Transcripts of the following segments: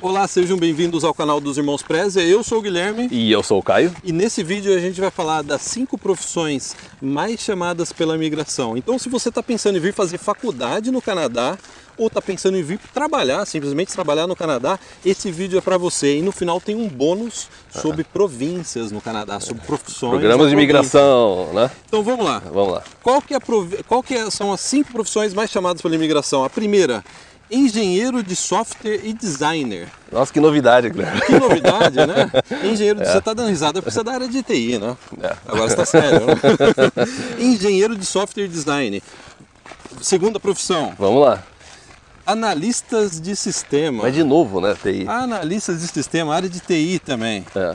Olá, sejam bem-vindos ao canal dos Irmãos Preza. Eu sou o Guilherme E eu sou o Caio. e nesse vídeo a gente vai falar das cinco profissões mais chamadas pela imigração. Então, se você está pensando em vir fazer faculdade no Canadá ou está pensando em vir trabalhar, simplesmente trabalhar no Canadá, esse vídeo é para você. E no final tem um bônus sobre províncias no Canadá, sobre profissões. Programas de ou províncias. imigração, né? Então, vamos lá. Vamos lá. Qual que, é a provi- qual que é- são as cinco profissões mais chamadas pela imigração? A primeira, engenheiro de software e designer. Nossa, que novidade, Guilherme. Que novidade, né? Engenheiro, de- você tá dando risada porque você é da área de TI, né? É. Agora você tá sério, né? Engenheiro de software e design. Segunda profissão, Vamos lá. analistas de sistema. Mas de novo, né, TI? Analistas de sistema, área de TI também. É.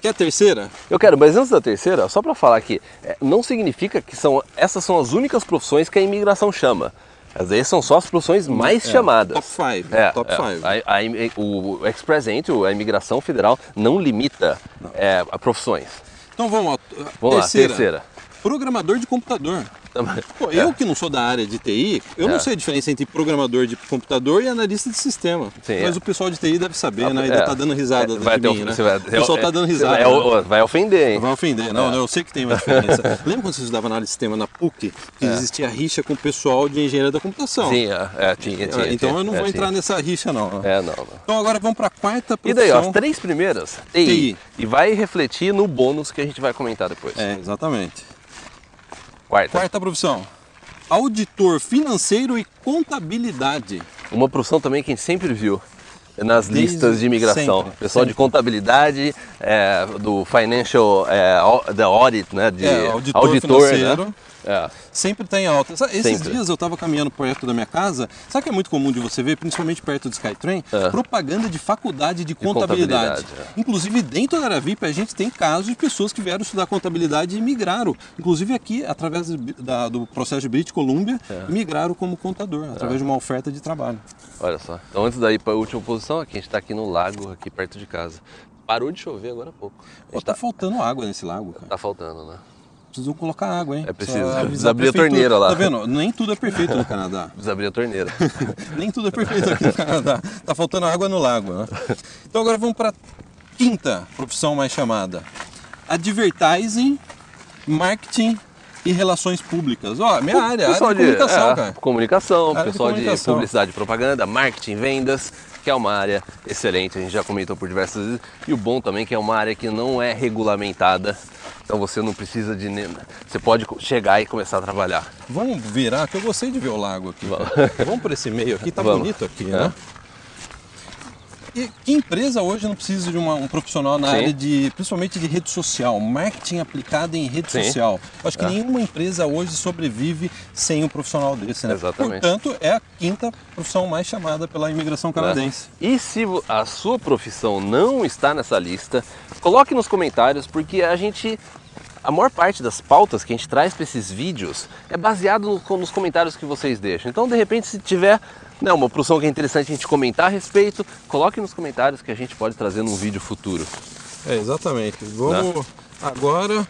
Quer a terceira? Eu quero, mas antes da terceira, só para falar que é, não significa que são essas são as únicas profissões que a imigração chama. As aí são só as profissões mais chamadas. Top 5. É, É. top é. 5. A- a imi- o Express Entry, a imigração federal, não limita é, a profissões. Então vamos lá. Vamos terceira, lá, terceira. Programador de computador. Também. Pô, eu né, que não sou da área de TI, eu não É. sei a diferença entre programador de computador e analista de sistema. Sim, Mas é. o pessoal de TI deve saber, né? É, Ainda tá dando risada é, vai de ter mim, of- né? você vai- o pessoal tá dando risada. É, né? o- É. vai ofender, hein? Vai ofender. Não, não, eu sei que tem uma diferença. Lembra quando você estudava análise de sistema na PUC? Que existia rixa com o pessoal de engenharia da computação. É. Sim, é, é, tinha, tinha, então tinha, eu não é, vou entrar tinha. nessa rixa, não. né? É, não, não. Então agora vamos para a quarta E profissão. daí, ó, as três primeiras, TI. TI. E vai refletir no bônus que a gente vai comentar depois. É, exatamente. Quarta, Quarta profissão. Auditor financeiro e contabilidade. uma profissão também que a gente sempre viu nas Desde listas de imigração. sempre, Pessoal de contabilidade, é, do financial, é, au- da audit, né? De É, auditor financeiro. né? É. Sempre tem alta. Sa- Esses Sempre. dias eu estava caminhando perto da minha casa, sabe que é muito comum de você ver, principalmente perto do Skytrain? É. Propaganda de faculdade de contabilidade. contabilidade, é. Inclusive, dentro da Aravip, a gente tem casos de pessoas que vieram estudar contabilidade e migraram. Inclusive aqui, através do- da- do processo de British Columbia, É. migraram como contador, através de uma oferta de trabalho. Olha só. Então, antes daí, para a última posição, aqui, a gente está aqui no lago, aqui perto de casa. Parou de chover agora há pouco. A Pô, gente tá tá, faltando água nesse lago, cara. tá faltando, né? Precisam colocar água, hein? É preciso. Precisa avisar Precisa abrir a prefeitura. torneira lá. Tá vendo? Nem tudo é perfeito no Canadá. Desabri a torneira. Nem tudo é perfeito aqui no Canadá. Tá faltando água no lago, né? Então agora vamos para quinta profissão mais chamada: advertising, marketing e relações públicas. Ó, minha área, área de comunicação, é, cara. comunicação, Área de pessoal de, comunicação. publicidade, propaganda, marketing, vendas, que é uma área excelente, a gente já comentou por diversas vezes. E o bom também é que é uma área que não é regulamentada, então você não precisa de nem- você pode co- chegar e começar a trabalhar. Vamos virar, que eu gostei de ver o lago aqui. cara. Vamos para esse meio aqui, tá Vamos. bonito aqui, É. né? E que empresa hoje não precisa de uma- um profissional na Sim. área de, principalmente de rede social, marketing aplicado em rede Sim. É. social? Eu acho que nenhuma empresa hoje sobrevive sem um profissional desse, né? Exatamente. Né? Portanto, é a quinta profissão mais chamada pela imigração canadense. E se vo- a sua profissão não está nessa lista, coloque nos comentários, porque a gente. A maior parte das pautas que a gente traz para esses vídeos é baseado no- com- nos comentários que vocês deixam. Então, de repente, se tiver né, uma profissão que é interessante a gente comentar a respeito, coloque nos comentários que a gente pode trazer num vídeo futuro. É, exatamente. Vamos Né? agora.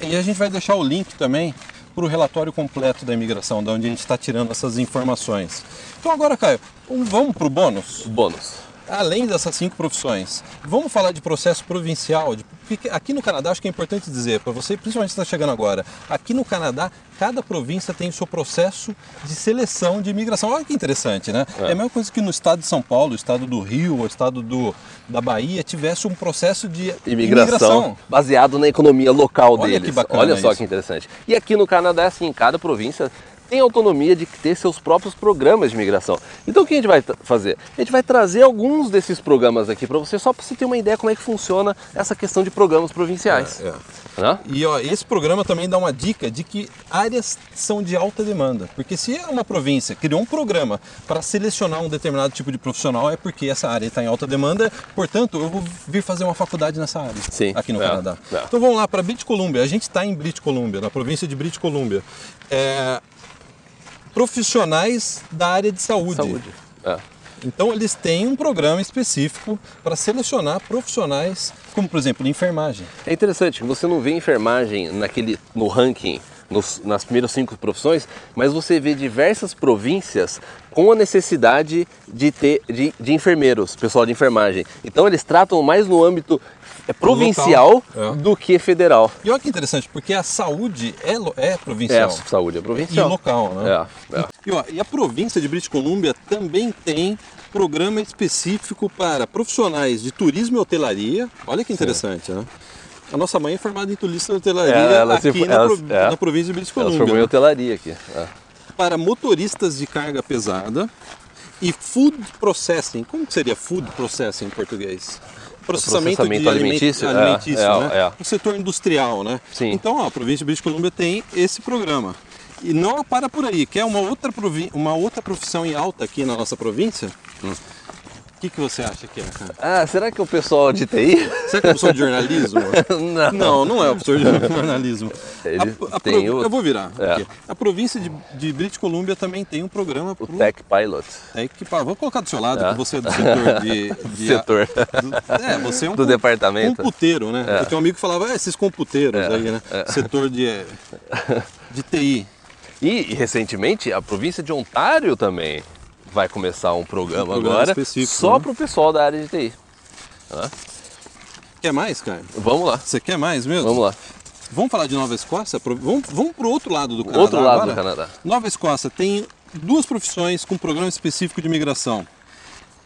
E a gente vai deixar o link também para o relatório completo da imigração, da onde a gente está tirando essas informações. Então agora, Caio, um- vamos para o bônus. Bônus. Além dessas cinco profissões, vamos falar de processo provincial. de- porque aqui no Canadá, acho que é importante dizer, para você, principalmente que está chegando agora, aqui no Canadá, cada província tem o seu processo de seleção de imigração. Olha que interessante, né? É, a mesma coisa que no estado de São Paulo, o estado do Rio, o estado do, da Bahia, tivesse um processo de Imigração, baseado na economia local Olha deles. que bacana Olha só isso. que interessante. E aqui no Canadá é assim, cada província tem autonomia de ter seus próprios programas de imigração. Então o que a gente vai t- fazer? A gente vai trazer alguns desses programas aqui para você, só para você ter uma ideia como é que funciona essa questão de programas provinciais. É, é. Né? E ó, esse programa também dá uma dica de que áreas são de alta demanda. Porque se uma província criou um programa para selecionar um determinado tipo de profissional, é porque essa área está em alta demanda. Portanto, eu vou vir fazer uma faculdade nessa área Sim, aqui no é, Canadá. é. Então vamos lá para British Columbia. A gente está em British Columbia, na província de British Columbia. É, Profissionais da área de Saúde. É. então eles têm um programa específico para selecionar profissionais, como por exemplo enfermagem. É interessante que você não vê enfermagem naquele no ranking nos- nas primeiras cinco profissões, mas você vê diversas províncias com a necessidade de ter de, de enfermeiros, pessoal de enfermagem. Então eles tratam mais no âmbito é, provincial é. do que federal. E olha que interessante, porque a saúde é, lo- é É, a provincial saúde é e provincial. local, né? É, é. E, ó, e a província de British Columbia também tem programa específico para profissionais de turismo e hotelaria. Olha que interessante, né? A nossa mãe é formada em turista e hotelaria É, ela se aqui fo- na, ela- pro- é. na província de British Ela Columbia. formou em né? hotelaria aqui. É. Para motoristas de carga pesada e food processing. Como que seria food processing em português? Processamento, Processamento de aliment- alimentício, é, alimentício, é, né? é. O setor industrial, né? Sim. Então, ó, a província de British Columbia tem esse programa. E não para por aí, quer uma outra, provi- uma outra profissão em alta aqui na nossa província? Hum. O que, que você acha que é, cara? Ah, será que o pessoal de TI? Será que é opção de jornalismo? Não, Não. não é opção de jornalismo. Ele a, a tem provi- o- Eu vou virar. É. aqui. A província de, de British Columbia também tem um programa O pro- Tech Pilot. É que, pá, vou colocar do seu lado, Tá. que você é do setor de. de- Setor. do- é, você é um. Do departamento. É. Computeiro, né? Eu tinha um amigo que falava, "Ah, esses computeiros aí, né? Setor de. eh, de TI. E, e, recentemente a província de Ontário também vai começar um programa, Um programa agora específico, só né? para o pessoal da área de TI. Quer mais, cara? Vamos lá, Você quer mais mesmo? vamos lá. Vamos falar de Nova Escócia? Pro- Vamos, vamos pro outro lado do Canadá. Outro lado agora? do Canadá. Nova Escócia tem duas profissões com programa específico de imigração: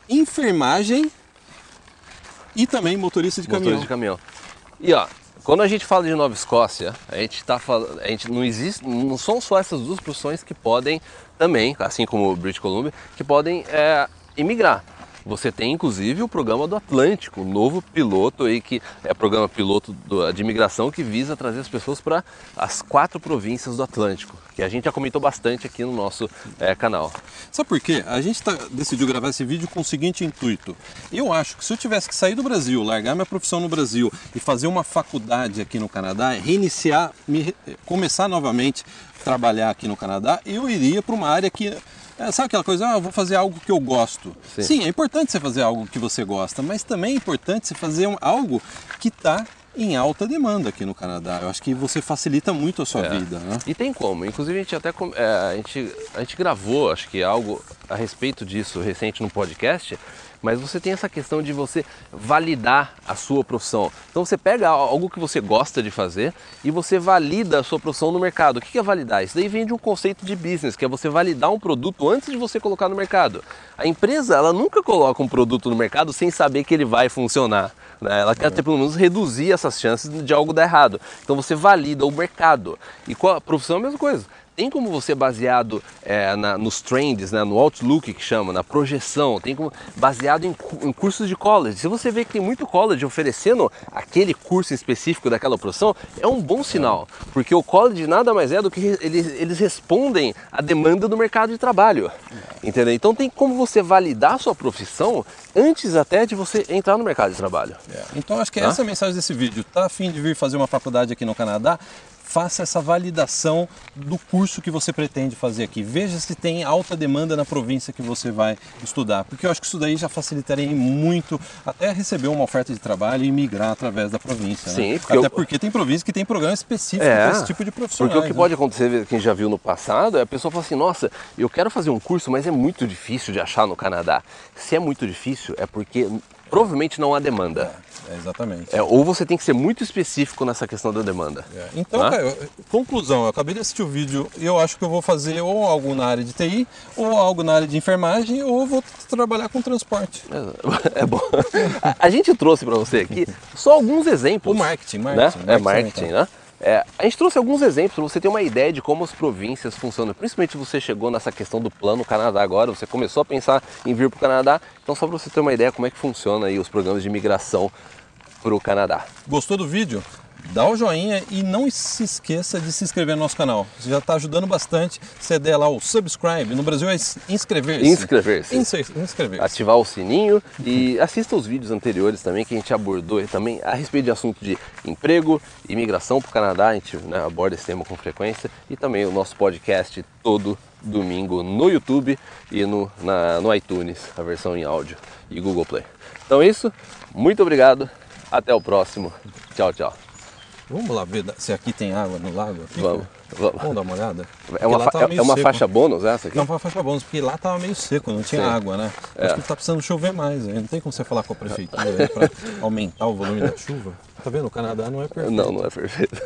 enfermagem e também motorista de Motorista caminhão. de caminhão. E ó, quando a gente fala de Nova Escócia, a gente tá falando, a gente não existe, não são só essas duas profissões que podem também, assim como o British Columbia, que podem é, imigrar. Você tem inclusive o programa do Atlântico, o novo piloto aí que é programa piloto do- de imigração que visa trazer as pessoas para as quatro províncias do Atlântico, que a gente já comentou bastante aqui no nosso é, canal. Sabe por quê? A gente tá- decidiu gravar esse vídeo com o seguinte intuito. Eu acho que se eu tivesse que sair do Brasil, largar minha profissão no Brasil e fazer uma faculdade aqui no Canadá, reiniciar, me re- começar novamente a trabalhar aqui no Canadá, eu iria para uma área que. é, Sabe aquela coisa, ah, eu vou fazer algo que eu gosto. Sim. Sim. é importante você fazer algo que você gosta, mas também é importante você fazer um- algo que está em alta demanda aqui no Canadá. Eu acho que você facilita muito a sua vida, né? E tem como. Inclusive a gente até com- é, a, gente, a gente gravou, acho que algo a respeito disso recente no podcast. Mas você tem essa questão de você validar a sua profissão. Então você pega algo que você gosta de fazer e você valida a sua profissão no mercado. O que que é validar? Isso daí vem de um conceito de business, que é você validar um produto antes de você colocar no mercado. A empresa, ela nunca coloca um produto no mercado sem saber que ele vai funcionar. né? Ela quer até pelo menos reduzir essas chances de algo dar errado. Então você valida o mercado. E com a profissão é a mesma coisa. Tem como você baseado é, na- nos trends, né, no outlook que chama, na projeção, tem como baseado em, cu- em cursos de college. Se você vê que tem muito college oferecendo aquele curso específico daquela profissão, é um bom sinal, porque o college nada mais é do que re- eles, eles respondem à demanda do mercado de trabalho, entendeu? Então tem como você validar a sua profissão antes até de você entrar no mercado de trabalho. É, Então Tá? acho que essa é a mensagem desse vídeo. Tá afim de vir fazer uma faculdade aqui no Canadá? Faça essa validação do curso que você pretende fazer aqui. Veja se tem alta demanda na província que você vai estudar, porque eu acho que isso daí já facilitaria em muito até receber uma oferta de trabalho e migrar através da província. né? Sim, porque até eu- porque tem província que tem programa específico para esse tipo de profissional. É, Porque o que pode acontecer, quem já viu no passado, é a pessoa falar assim: nossa, eu quero fazer um curso, mas é muito difícil de achar no Canadá. Se é muito difícil, é porque provavelmente não há demanda. É, exatamente. É, ou você tem que ser muito específico nessa questão da demanda. É, Então, Tá? cara, eu- conclusão, eu acabei de assistir o vídeo e eu acho que eu vou fazer ou algo na área de TI, ou algo na área de enfermagem, ou vou trabalhar com transporte. É bom. A- A gente trouxe para você aqui só alguns exemplos. O marketing, né? marketing, É marketing marketing, né? É, a gente trouxe alguns exemplos para você ter uma ideia de como as províncias funcionam. Principalmente se você chegou nessa questão do plano Canadá agora, você começou a pensar em vir para o Canadá. Então só para você ter uma ideia como é que funciona aí os programas de imigração para o Canadá. Gostou do vídeo? Dá o joinha e não se esqueça de se inscrever no nosso canal. Você já está ajudando bastante. Você der lá o subscribe. No Brasil é ins- inscrever-se. Inscrever-se. Inse- Inscrever-se. ativar o sininho e assista os vídeos anteriores também que a gente abordou aí também a respeito de assunto de emprego, imigração para o Canadá, a gente né, aborda esse tema com frequência e também o nosso podcast todo domingo no YouTube e no, na- no iTunes, a versão em áudio e Google Play. Então é isso, muito obrigado, até o próximo, tchau, tchau. Vamos lá ver da- se aqui tem água no lago. aqui, Vamos. cara? Vamos dar uma olhada? É Porque uma, lá fa- tava é- meio é uma seco. né? faixa bônus essa aqui? Não, foi uma faixa um bônus, porque lá tava meio seco, não tinha Sim. água, né? Acho que tá precisando chover mais, aí não tem como você falar com a prefeitura aí pra aumentar o volume da chuva. Tá vendo? O Canadá não é perfeito. Não, não é perfeito.